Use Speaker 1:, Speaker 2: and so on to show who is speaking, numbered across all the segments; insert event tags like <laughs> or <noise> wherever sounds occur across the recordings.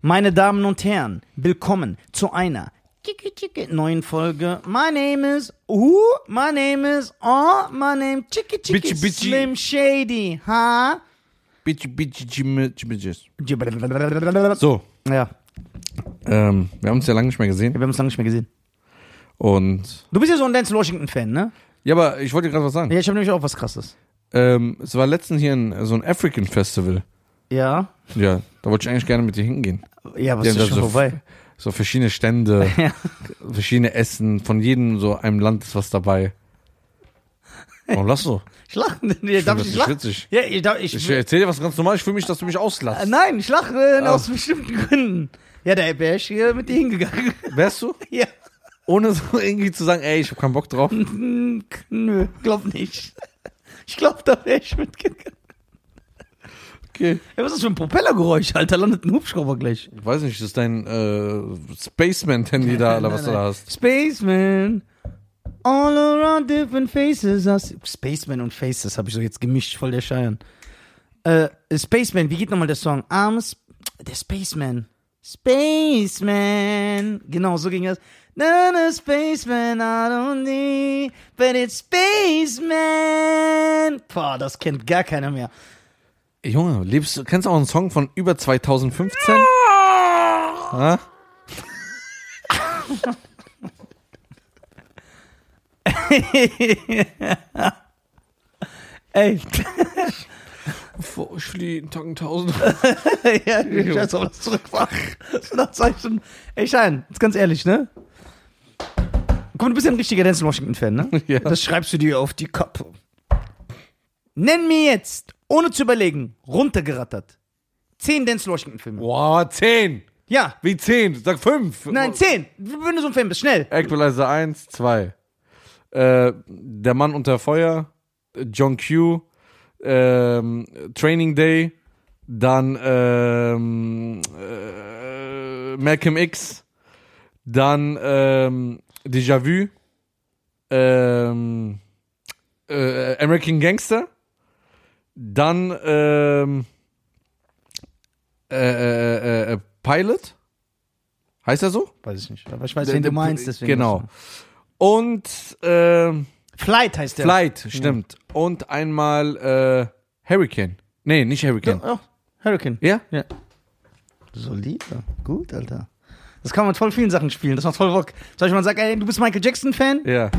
Speaker 1: Meine Damen und Herren, willkommen zu einer tschicke, tschicke neuen Folge. My name is Who? My name is Oh? My name Chicky Chicky
Speaker 2: Bitchy, bitchy.
Speaker 1: Slim Shady. Ha?
Speaker 2: Bitch, bitch, Jimmy, Jimmy, Jess.
Speaker 1: Ja,
Speaker 2: So, ähm, wir haben uns ja lange nicht mehr gesehen
Speaker 1: wir haben uns lange nicht mehr gesehen.
Speaker 2: und
Speaker 1: Du bist ja so ein Dance Washington-Fan, ne?
Speaker 2: ja, aber ich wollte dir gerade was sagen.
Speaker 1: Ja, ich habe nämlich auch was Krasses.
Speaker 2: Ähm, es war letztens hier ein, so ein African Festival.
Speaker 1: Ja?
Speaker 2: Ja, da wollte ich eigentlich gerne mit dir hingehen.
Speaker 1: Ja, aber
Speaker 2: Ja,
Speaker 1: es ist
Speaker 2: das
Speaker 1: schon
Speaker 2: ist-
Speaker 1: vorbei.
Speaker 2: So verschiedene Stände,
Speaker 1: <laughs> Ja.
Speaker 2: verschiedene Essen, von jedem so einem Land ist was dabei. Oh, Warum lachst du?
Speaker 1: Ich lache. Ja, darf
Speaker 2: das
Speaker 1: ich nicht
Speaker 2: nicht
Speaker 1: lachen?
Speaker 2: witzig.
Speaker 1: Ja, ich darf. Ich,
Speaker 2: Ich erzähle dir was ganz normal, ich fühle mich, dass du mich
Speaker 1: Äh,
Speaker 2: auslachst.
Speaker 1: Nein, ich lache
Speaker 2: Ah.
Speaker 1: aus bestimmten Gründen. Ja, da wäre ich hier mit dir hingegangen. <laughs>
Speaker 2: Wärst du?
Speaker 1: Ja.
Speaker 2: Ohne so irgendwie zu sagen, ey, ich hab keinen Bock drauf.
Speaker 1: Hm, Nö, glaub nicht. Ich glaub, da wäre ich mitgegangen.
Speaker 2: Okay.
Speaker 1: Ey, was ist das für ein Propellergeräusch, Alter? Landet ein Hubschrauber gleich.
Speaker 2: Ich weiß nicht, ist dein äh,
Speaker 1: <laughs>
Speaker 2: Spaceman-Handy da oder was du da hast?
Speaker 1: Spaceman. All around different faces. are s- Spaceman und Faces habe ich so jetzt gemischt, voll der Scheiern. Äh, Spaceman, wie geht nochmal der Song? Arms, der Spaceman. Spaceman. Genau, so ging das. Na, na, Spaceman, I don't need, but it's Spaceman. Boah, das kennt gar keiner mehr.
Speaker 2: Junge, lebst, du- kennst du auch einen Song von über 2015? Ha?
Speaker 1: Ey,
Speaker 2: Boah, ich flieh einen Tag 1000.
Speaker 1: <laughs> ja, ich weiß auch, das zurückfach. Das Zeichen. Ey, Schein, jetzt ganz ehrlich, ne? Guck mal, du bist ja ein richtiger Denzel Washington-Fan, <laughs> ne?
Speaker 2: Ja.
Speaker 1: Das schreibst du dir auf die Kappe. Nenn mir jetzt, ohne zu überlegen, runtergerattert, zehn Denzel Washington-Filme.
Speaker 2: Boah, 10.
Speaker 1: Ja,
Speaker 2: Wie 10? Sag 5.
Speaker 1: nein, zehn. Wenn du so ein Fan bist, schnell.
Speaker 2: Equalizer 1, 2. Äh, der Mann unter Feuer, äh, John Q, ähm, Training Day, dann ähm, äh, Malcolm X, dann ähm, Déjà Vu, ähm, äh, American Gangster, dann ähm, äh, äh, äh, äh, Pilot, heißt er so?
Speaker 1: Weiß ich nicht, aber ich weiß, wen du meinst, deswegen.
Speaker 2: Genau. Und ähm,
Speaker 1: Flight heißt der.
Speaker 2: Flight, stimmt. Und einmal äh, Hurricane. Nee, nicht Hurricane.
Speaker 1: Ja, oh, Hurricane.
Speaker 2: Ja?
Speaker 1: Ja. Solide. Gut, Alter. Das kann man mit voll vielen Sachen spielen. Das macht voll Bock. Zum Beispiel, man sagt, ey, du bist Michael Jackson-Fan?
Speaker 2: Ja.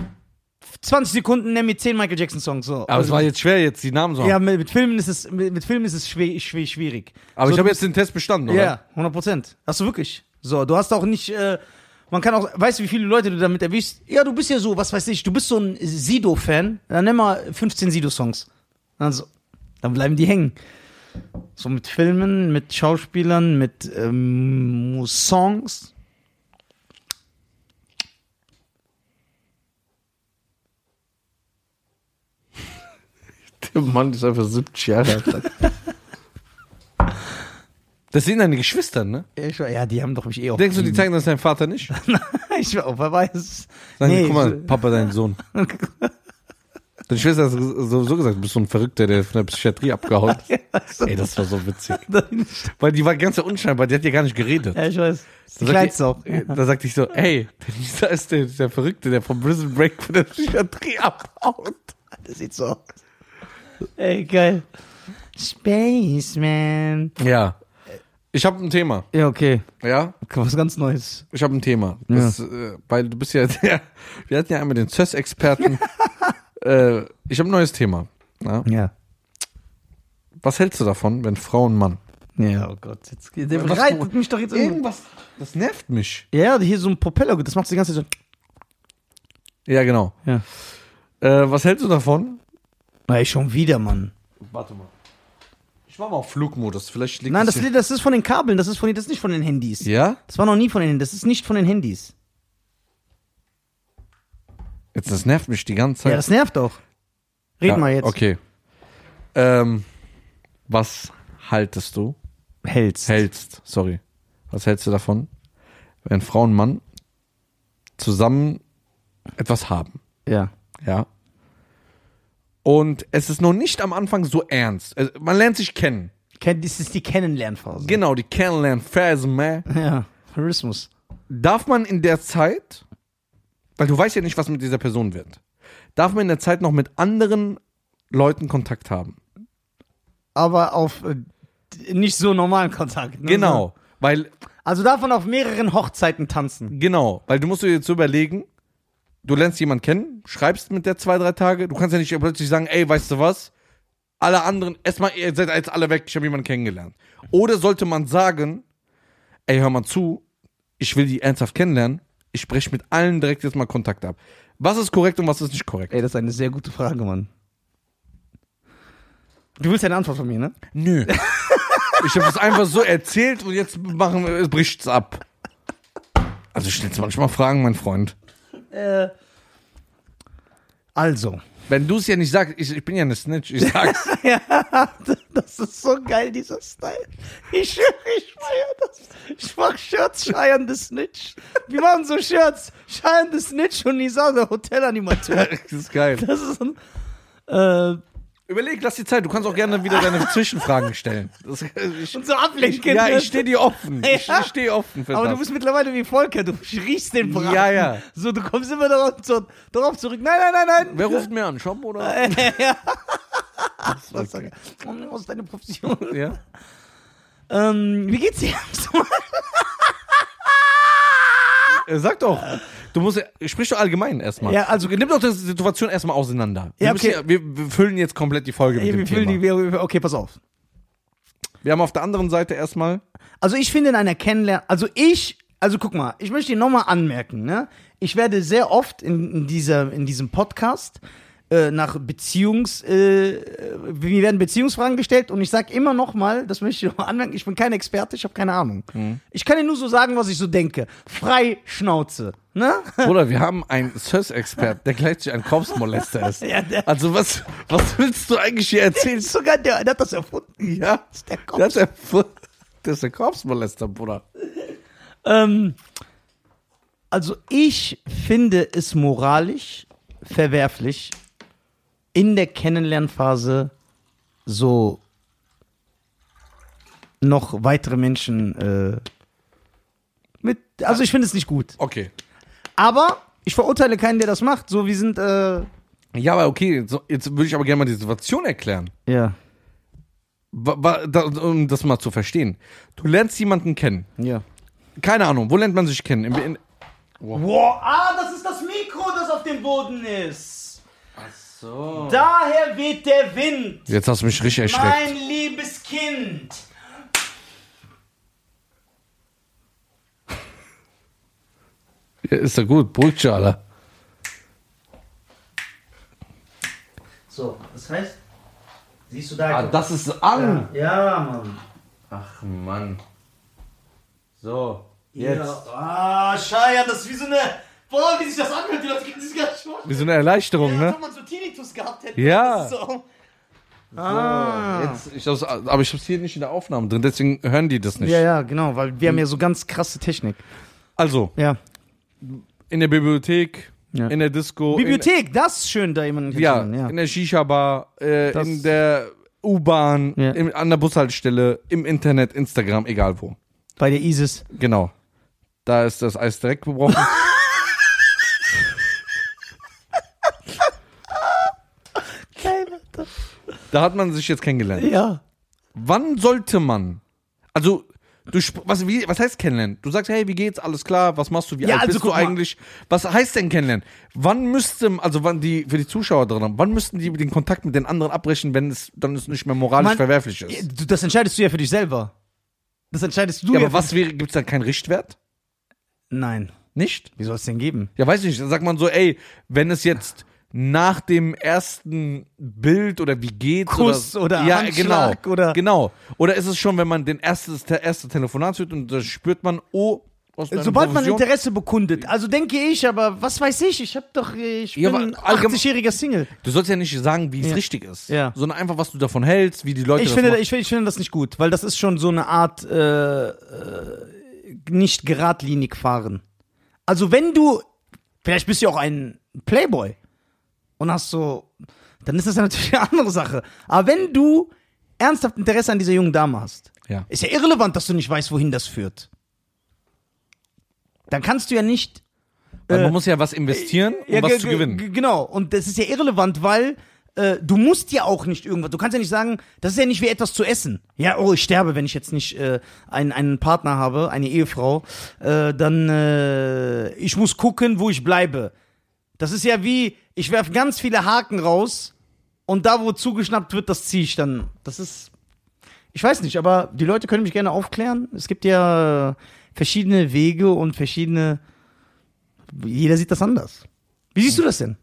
Speaker 1: 20 Sekunden, nenn mir 10 Michael Jackson-Songs. So. Also,
Speaker 2: Aber es war jetzt schwer, jetzt die Namen zu haben.
Speaker 1: ja, mit, mit Filmen ist es, mit, mit Filmen ist es schwer, schwer, schwierig.
Speaker 2: Aber
Speaker 1: so,
Speaker 2: ich habe jetzt ne? den Test bestanden, oder?
Speaker 1: Ja, 100 Prozent. Hast du wirklich. So, du hast auch nicht, äh, man kann auch, weißt du, wie viele Leute du damit erwischst? Ja, du bist ja so, was weiß ich, du bist so ein Sido-Fan. Dann nimm mal 15 Sido-Songs. Also, dann bleiben die hängen. So mit Filmen, mit Schauspielern, mit ähm, Songs.
Speaker 2: Der Mann ist einfach 70 Jahre alt. Das sind deine Geschwister, ne?
Speaker 1: Ich, ja, die haben doch mich eh auch.
Speaker 2: Denkst du, die zeigen das deinem Vater nicht?
Speaker 1: <laughs> ich war auch, wer weiß.
Speaker 2: Sagen die,
Speaker 1: Nee,
Speaker 2: guck mal, Papa,
Speaker 1: <laughs>
Speaker 2: dein Sohn. Deine Schwester hat so, so gesagt, du bist so ein Verrückter, der ist von der Psychiatrie abgehauen.
Speaker 1: <laughs> so-
Speaker 2: Ey, das war so witzig.
Speaker 1: <laughs> Ja,
Speaker 2: Weil die war ganz so unscheinbar, die hat ja gar nicht geredet.
Speaker 1: ich weiß. Die
Speaker 2: Da sagt
Speaker 1: kleinste auch.
Speaker 2: die- äh, Da sagte ich so, ey, der Lisa ist der, der Verrückte, der vom Prison Break von der Psychiatrie abhaut.
Speaker 1: Das sieht so aus. Ey, geil. Spaceman.
Speaker 2: Ja. Ich habe ein Thema,
Speaker 1: Ja, okay.
Speaker 2: ja?
Speaker 1: Was ganz Neues.
Speaker 2: Ich habe ein Thema. Das, äh, weil du bist ja der, wir hatten ja einmal den <laughs> Zöss-Experten. äh, ich habe ein neues Thema. Ja?
Speaker 1: Ja.
Speaker 2: Was hältst du davon, wenn Frau und Mann?
Speaker 1: Ja, oh Gott. Jetzt, geht- der
Speaker 2: Was-
Speaker 1: reitet mich doch jetzt in.
Speaker 2: das nervt mich.
Speaker 1: Ja, hier so ein Propeller. Das macht die ganze Zeit
Speaker 2: Ja, genau.
Speaker 1: so. Ja.
Speaker 2: Äh, was hältst du davon?
Speaker 1: Ey, schon wieder, Mann.
Speaker 2: Warte mal. Ich mach mal auf Flugmodus, vielleicht liegt
Speaker 1: Nein,
Speaker 2: es
Speaker 1: das,
Speaker 2: hier-
Speaker 1: das ist von den Kabeln. Das ist, von, das ist nicht von den Handys.
Speaker 2: Ja?
Speaker 1: Das war noch nie von den Handys. Das ist nicht von den Handys.
Speaker 2: Jetzt, das nervt mich die ganze Zeit.
Speaker 1: Ja, das nervt auch. Red
Speaker 2: Ja,
Speaker 1: mal jetzt.
Speaker 2: Okay. Ähm, was haltest du?
Speaker 1: Hältst.
Speaker 2: Hältst, sorry. Was hältst du davon, wenn Frau und Mann zusammen etwas haben?
Speaker 1: Ja.
Speaker 2: Ja. Und es ist noch nicht am Anfang so ernst. Also, man lernt sich kennen.
Speaker 1: Ken- Das ist die Kennenlernphase.
Speaker 2: Genau, die Kennenlernphase, man.
Speaker 1: ja, Tourismus.
Speaker 2: Darf man in der Zeit, weil du weißt ja nicht, was mit dieser Person wird, darf man in der Zeit noch mit anderen Leuten Kontakt haben?
Speaker 1: Aber auf äh, d- nicht so normalen Kontakt. ne?
Speaker 2: Genau, weil
Speaker 1: Also darf man auf mehreren Hochzeiten tanzen.
Speaker 2: Genau, weil du musst dir jetzt so überlegen, du lernst jemanden kennen, schreibst mit der zwei, drei Tage, du kannst ja nicht plötzlich sagen, ey, weißt du was? Alle anderen, erstmal, ihr seid jetzt alle weg, ich habe jemanden kennengelernt. Oder sollte man sagen, ey, hör mal zu, ich will die ernsthaft kennenlernen, ich spreche mit allen direkt jetzt mal Kontakt ab. Was ist korrekt und was ist nicht korrekt?
Speaker 1: Ey, das ist eine sehr gute Frage, Mann. Du willst ja eine Antwort von mir, ne?
Speaker 2: Nö. <laughs> ich habe es einfach so erzählt und jetzt machen wir, es bricht's ab. Also stellst manchmal Fragen, mein Freund. Äh.
Speaker 1: Also.
Speaker 2: Wenn du es ja nicht sagst, ich, ich bin ja eine Snitch, ich sag's.
Speaker 1: Ja, das ist so geil, dieser Style. Ich schwöre, ich feier das. Ich mach Shirts, Scheiern the Snitch. Wir machen so Shirts, Scheiern the Snitch und Nisane Hotelanimateur.
Speaker 2: <laughs> Das ist geil.
Speaker 1: Das ist ein. Äh,
Speaker 2: Überleg, lass die Zeit. Du kannst auch gerne
Speaker 1: <laughs>
Speaker 2: wieder deine Zwischenfragen stellen. Das, ich,
Speaker 1: und so ablenken.
Speaker 2: ja, ich stehe dir offen. Ich,
Speaker 1: Ja.
Speaker 2: ich stehe offen für
Speaker 1: Aber
Speaker 2: das.
Speaker 1: du bist mittlerweile wie Volker, du <laughs> riechst den Braten.
Speaker 2: Ja, ja.
Speaker 1: So, du kommst immer darauf, zu, darauf zurück. Nein, nein, nein, nein.
Speaker 2: Wer ruft mir an? Shop oder?
Speaker 1: ja. Das war geil. Aus deiner Profession. <laughs>
Speaker 2: Ja.
Speaker 1: Ähm, wie geht's dir? <laughs>
Speaker 2: Äh, Sag doch. Du musst, ja- sprich doch allgemein erstmal.
Speaker 1: Ja, also-
Speaker 2: nimm doch die Situation erstmal auseinander. Wir
Speaker 1: Ja,
Speaker 2: müssen
Speaker 1: okay.
Speaker 2: wir, wir füllen jetzt komplett die Folge mit
Speaker 1: Ey,
Speaker 2: dem
Speaker 1: wir fühlen
Speaker 2: Thema.
Speaker 1: die, wir, wir- okay, pass auf.
Speaker 2: Wir haben auf der anderen Seite erstmal.
Speaker 1: Also ich finde in einer Kennenlern, also ich, also guck mal, ich möchte dir nochmal anmerken, ne? Ich werde sehr oft in, in, dieser, in diesem Podcast äh, nach Beziehungs, äh, wir werden Beziehungsfragen gestellt und ich sage immer nochmal, das möchte ich nochmal anmerken, ich bin kein Experte, ich habe keine Ahnung. Ich kann dir nur so sagen, was ich so denke. Frei Schnauze, ne?
Speaker 2: Oder wir haben einen Sös-Expert, der gleichzeitig ein Korpsmolester ist.
Speaker 1: Ja, der-
Speaker 2: also was, was willst du eigentlich hier erzählen?
Speaker 1: <laughs> Sogar der, der hat das erfunden.
Speaker 2: Ja.
Speaker 1: Das ist der Kopf.
Speaker 2: Das ist der, das ist der Korpsmolester, Bruder.
Speaker 1: Ähm, also ich finde es moralisch verwerflich, in der Kennenlernphase so noch weitere Menschen äh, mit. Also ich finde es nicht gut.
Speaker 2: Okay.
Speaker 1: Aber ich verurteile keinen, der das macht. So, wir sind äh,
Speaker 2: Ja, aber okay, so, jetzt würde ich aber gerne mal die Situation erklären,
Speaker 1: ja,
Speaker 2: Wa- wa- da- um das mal zu verstehen. Du lernst jemanden kennen.
Speaker 1: ja.
Speaker 2: Keine Ahnung, wo lernt man sich kennen? Im, in,
Speaker 1: Wow, ah, das ist das Mikro, das auf dem Boden ist.
Speaker 2: Ach so.
Speaker 1: Daher weht der Wind.
Speaker 2: Jetzt hast du mich richtig erschreckt.
Speaker 1: Mein liebes Kind.
Speaker 2: Ja, ist doch gut, beruhigt schon alle.
Speaker 1: So, das heißt, siehst du da?
Speaker 2: Ah, das ist an.
Speaker 1: ja, Mann.
Speaker 2: Ach, Mann. So,
Speaker 1: Ja. Ah, Scheiße, das ist wie so eine. Boah, wie sich das anhört, die Leute können sich gar nicht vorstellen.
Speaker 2: Wie so eine Erleichterung,
Speaker 1: Als
Speaker 2: ne?
Speaker 1: ob man so Tinnitus gehabt hätte.
Speaker 2: Ja.
Speaker 1: Das ist <laughs> So. Ah.
Speaker 2: Jetzt, ich, hab's- aber ich hab's hier nicht in der Aufnahme drin, deswegen hören die das nicht.
Speaker 1: Ja, ja, genau, weil wir haben ja so ganz krasse Technik.
Speaker 2: Also,
Speaker 1: Ja.
Speaker 2: in der Bibliothek,
Speaker 1: Ja.
Speaker 2: in der
Speaker 1: Oh,
Speaker 2: Disco. in-
Speaker 1: Bibliothek, das ist schön, da jemanden
Speaker 2: Ja,
Speaker 1: kennenzulernen,
Speaker 2: in der Shisha-Bar, äh,
Speaker 1: Das-
Speaker 2: in der U-Bahn,
Speaker 1: Ja.
Speaker 2: im- an der Bushaltestelle, im Internet, Instagram, egal wo.
Speaker 1: Bei der ISIS.
Speaker 2: Genau. Da ist das Eis
Speaker 1: <laughs>
Speaker 2: direkt gebrochen.
Speaker 1: Geil, Alter.
Speaker 2: da hat man sich jetzt kennengelernt.
Speaker 1: Ja.
Speaker 2: Wann sollte man? Also, du sp- was, wie, was heißt kennenlernen? Du sagst, hey, wie geht's? Alles klar, was machst du? Wie
Speaker 1: Ja,
Speaker 2: alt
Speaker 1: also
Speaker 2: bist du
Speaker 1: guck mal.
Speaker 2: eigentlich? Was heißt denn kennenlernen? Wann müsste, also wann die, für die Zuschauer drin haben, wann müssten die den Kontakt mit den anderen abbrechen, wenn es dann es nicht mehr moralisch
Speaker 1: Man-
Speaker 2: verwerflich ist?
Speaker 1: Du- Das entscheidest du ja für dich selber. Das entscheidest du
Speaker 2: Ja,
Speaker 1: ja.
Speaker 2: aber was wäre, gibt's da keinen Richtwert?
Speaker 1: Nein.
Speaker 2: Nicht?
Speaker 1: Wie soll es denn geben?
Speaker 2: Ja, weiß ich nicht. Dann sagt man so, ey, wenn es jetzt nach dem ersten Bild oder wie geht's
Speaker 1: Kuss oder
Speaker 2: ja,
Speaker 1: Handschlag
Speaker 2: genau,
Speaker 1: oder-
Speaker 2: genau. Oder ist es schon, wenn man den erstes te- erste Telefonat hört und da spürt man, oh, aus deiner
Speaker 1: Sobald man
Speaker 2: Provision-
Speaker 1: Interesse bekundet, also denke ich, aber was weiß ich, ich hab doch, ich
Speaker 2: Ja,
Speaker 1: bin
Speaker 2: aber allgemein-
Speaker 1: 80-jähriger Single.
Speaker 2: Du sollst ja nicht sagen, wie es
Speaker 1: Ja.
Speaker 2: richtig ist,
Speaker 1: Ja.
Speaker 2: sondern einfach, was du davon hältst, wie die Leute
Speaker 1: Ich
Speaker 2: das
Speaker 1: finde,
Speaker 2: machen.
Speaker 1: ich, finde- ich finde das nicht gut, weil das ist schon so eine Art äh, äh, nicht geradlinig fahren. Also wenn du, vielleicht bist du ja auch ein Playboy und hast so, dann ist das ja natürlich eine andere Sache. Aber wenn du ernsthaft Interesse an dieser jungen Dame hast,
Speaker 2: Ja.
Speaker 1: ist ja irrelevant, dass du nicht weißt, wohin das führt. Dann kannst du ja nicht
Speaker 2: Weil man muss ja was investieren, um
Speaker 1: ja,
Speaker 2: was
Speaker 1: ge-
Speaker 2: zu
Speaker 1: ge-
Speaker 2: gewinnen.
Speaker 1: ge- Genau, und das ist ja irrelevant, weil äh, du musst ja auch nicht irgendwas, du kannst ja nicht sagen, das ist ja nicht wie etwas zu essen. Ja, oh, ich sterbe, wenn ich jetzt nicht äh, einen, einen Partner habe, eine Ehefrau, äh, dann äh, ich muss gucken, wo ich bleibe. Das ist ja wie, ich werfe ganz viele Haken raus und da, wo zugeschnappt wird, das ziehe ich dann. Das ist, ich weiß nicht, aber die Leute können mich gerne aufklären. Es gibt ja äh, verschiedene Wege und verschiedene, jeder sieht das anders. Wie siehst du das denn?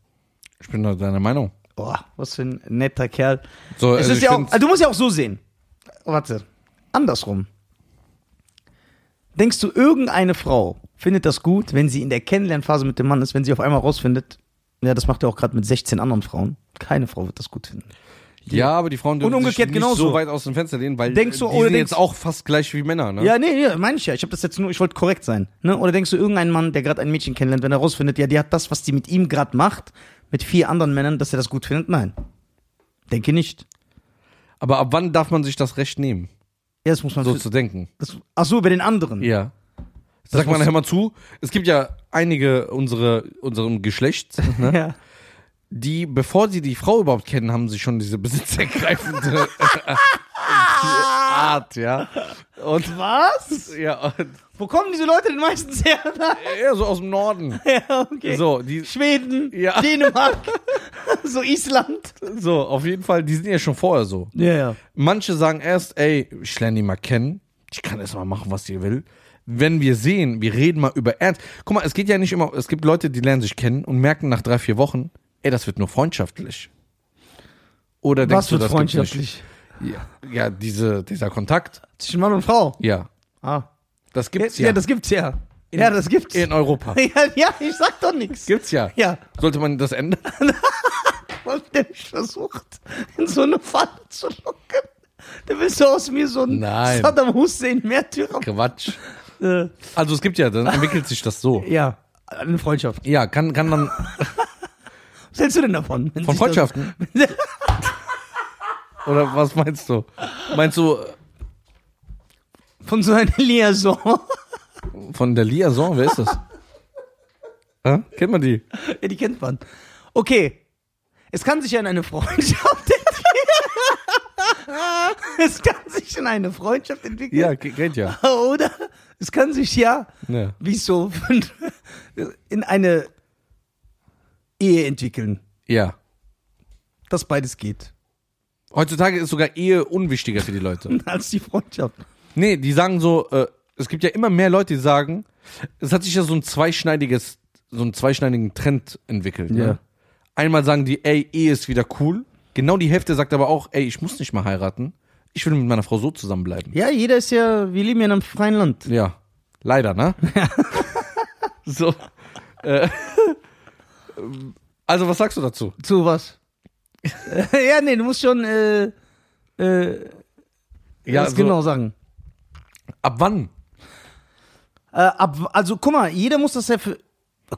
Speaker 2: Ich bin da deiner Meinung.
Speaker 1: Boah, was für ein netter Kerl.
Speaker 2: So,
Speaker 1: Es
Speaker 2: also
Speaker 1: ist
Speaker 2: ich
Speaker 1: ja auch,
Speaker 2: find's-
Speaker 1: also du musst ja auch so sehen. Warte, andersrum. Denkst du, irgendeine Frau findet das gut, wenn sie in der Kennenlernphase mit dem Mann ist, wenn sie auf einmal rausfindet, ja, das macht er auch gerade mit 16 anderen Frauen. Keine Frau wird das gut finden.
Speaker 2: ja, aber die Frauen dürfen
Speaker 1: Und
Speaker 2: sich
Speaker 1: umgekehrt
Speaker 2: nicht
Speaker 1: genauso.
Speaker 2: so weit aus dem Fenster lehnen, weil
Speaker 1: Denkst du,
Speaker 2: die
Speaker 1: oder
Speaker 2: sind
Speaker 1: denkst-
Speaker 2: jetzt auch fast gleich wie Männer. Ne?
Speaker 1: Ja, nee, nee, meine ich ja. Ich habe das jetzt nur, ich wollte korrekt sein. Ne? Oder denkst du, irgendein Mann, der gerade ein Mädchen kennenlernt, wenn er rausfindet, ja, die hat das, was die mit ihm gerade macht, mit vier anderen Männern, dass er das gut findet? Nein. Denke nicht.
Speaker 2: Aber ab wann darf man sich das Recht nehmen,
Speaker 1: Ja, das muss man
Speaker 2: so
Speaker 1: für-
Speaker 2: zu denken?
Speaker 1: Das, ach so, über den anderen.
Speaker 2: Ja. Sag mal,
Speaker 1: muss-
Speaker 2: hör mal zu. Es gibt ja einige unsere, unserem <laughs> Geschlecht, ne,
Speaker 1: Ja.
Speaker 2: die, bevor sie die Frau überhaupt kennen, haben sie schon diese besitzergreifende <laughs> Art, ja. Und,
Speaker 1: Was?
Speaker 2: ja, und,
Speaker 1: Wo kommen diese Leute denn meistens her? <laughs>
Speaker 2: ja, so aus dem Norden.
Speaker 1: ja, okay.
Speaker 2: So, die,
Speaker 1: Schweden,
Speaker 2: Ja. <laughs>
Speaker 1: Dänemark, so Island.
Speaker 2: so, auf jeden Fall, die sind ja schon vorher so.
Speaker 1: Ja, ja.
Speaker 2: Manche sagen erst, ey, ich lerne die mal kennen. Ich kann erst mal machen, was die will. Wenn wir sehen, wir reden mal über Ernst. Guck mal, es geht ja nicht immer, es gibt Leute, die lernen sich kennen und merken nach drei, vier Wochen, ey, das wird nur freundschaftlich. Oder denkst
Speaker 1: Was
Speaker 2: du,
Speaker 1: wird
Speaker 2: das
Speaker 1: freundschaftlich?
Speaker 2: Gibt's nicht? Ja, ja diese, dieser Kontakt.
Speaker 1: Zwischen Mann und Frau.
Speaker 2: Ja,
Speaker 1: Ah.
Speaker 2: das
Speaker 1: Ja,
Speaker 2: gibt's ja.
Speaker 1: das gibt's ja. ja, das gibt's.
Speaker 2: In Europa.
Speaker 1: <laughs> Ja, ja, ich sag doch nichts.
Speaker 2: Gibt's ja.
Speaker 1: Ja,
Speaker 2: Sollte man das ändern?
Speaker 1: weil der mich versucht, in so eine Falle zu locken. Der willst du aus mir so ein
Speaker 2: Nein.
Speaker 1: Saddam Hussein Märtyrer.
Speaker 2: Quatsch.
Speaker 1: Äh,
Speaker 2: Also es gibt ja, dann entwickelt sich das so.
Speaker 1: ja, eine Freundschaft.
Speaker 2: Ja, kann, kann man
Speaker 1: Was hältst du denn davon? wenn
Speaker 2: Von
Speaker 1: sich das-
Speaker 2: Freundschaften? <laughs> Oder was meinst du? Meinst du äh,
Speaker 1: Von so einer <laughs> Liaison.
Speaker 2: von der Liaison? Wer ist das? Hä? Kennt man die?
Speaker 1: Ja, die kennt man. Okay. Es kann sich ja in eine Freundschaft <laughs> entwickeln. es kann sich in eine Freundschaft entwickeln.
Speaker 2: Ja, ke- kennt ja.
Speaker 1: Oder es kann sich ja,
Speaker 2: ja.
Speaker 1: wie es so in eine Ehe entwickeln.
Speaker 2: Ja.
Speaker 1: Dass beides geht. <laughs>
Speaker 2: Heutzutage ist sogar Ehe unwichtiger für die Leute.
Speaker 1: Als die Freundschaft.
Speaker 2: Nee, die sagen so, äh, es gibt ja immer mehr Leute, die sagen, es hat sich ja so ein zweischneidiges, so einen zweischneidigen Trend entwickelt. Ja.
Speaker 1: Ja.
Speaker 2: Ne? Einmal sagen die, ey, Ehe ist wieder cool. Genau die Hälfte sagt aber auch, ey, ich muss nicht mal heiraten. Ich will mit meiner Frau so zusammenbleiben.
Speaker 1: Ja, jeder ist ja, wir leben ja in einem freien Land.
Speaker 2: Ja,
Speaker 1: <laughs>
Speaker 2: leider, ne? so. Äh, also, was sagst du dazu?
Speaker 1: Zu was? <laughs> ja, nee, du musst schon äh, äh, das
Speaker 2: so,
Speaker 1: genau sagen.
Speaker 2: Ab wann?
Speaker 1: Äh, ab, also guck mal, jeder muss das ja für.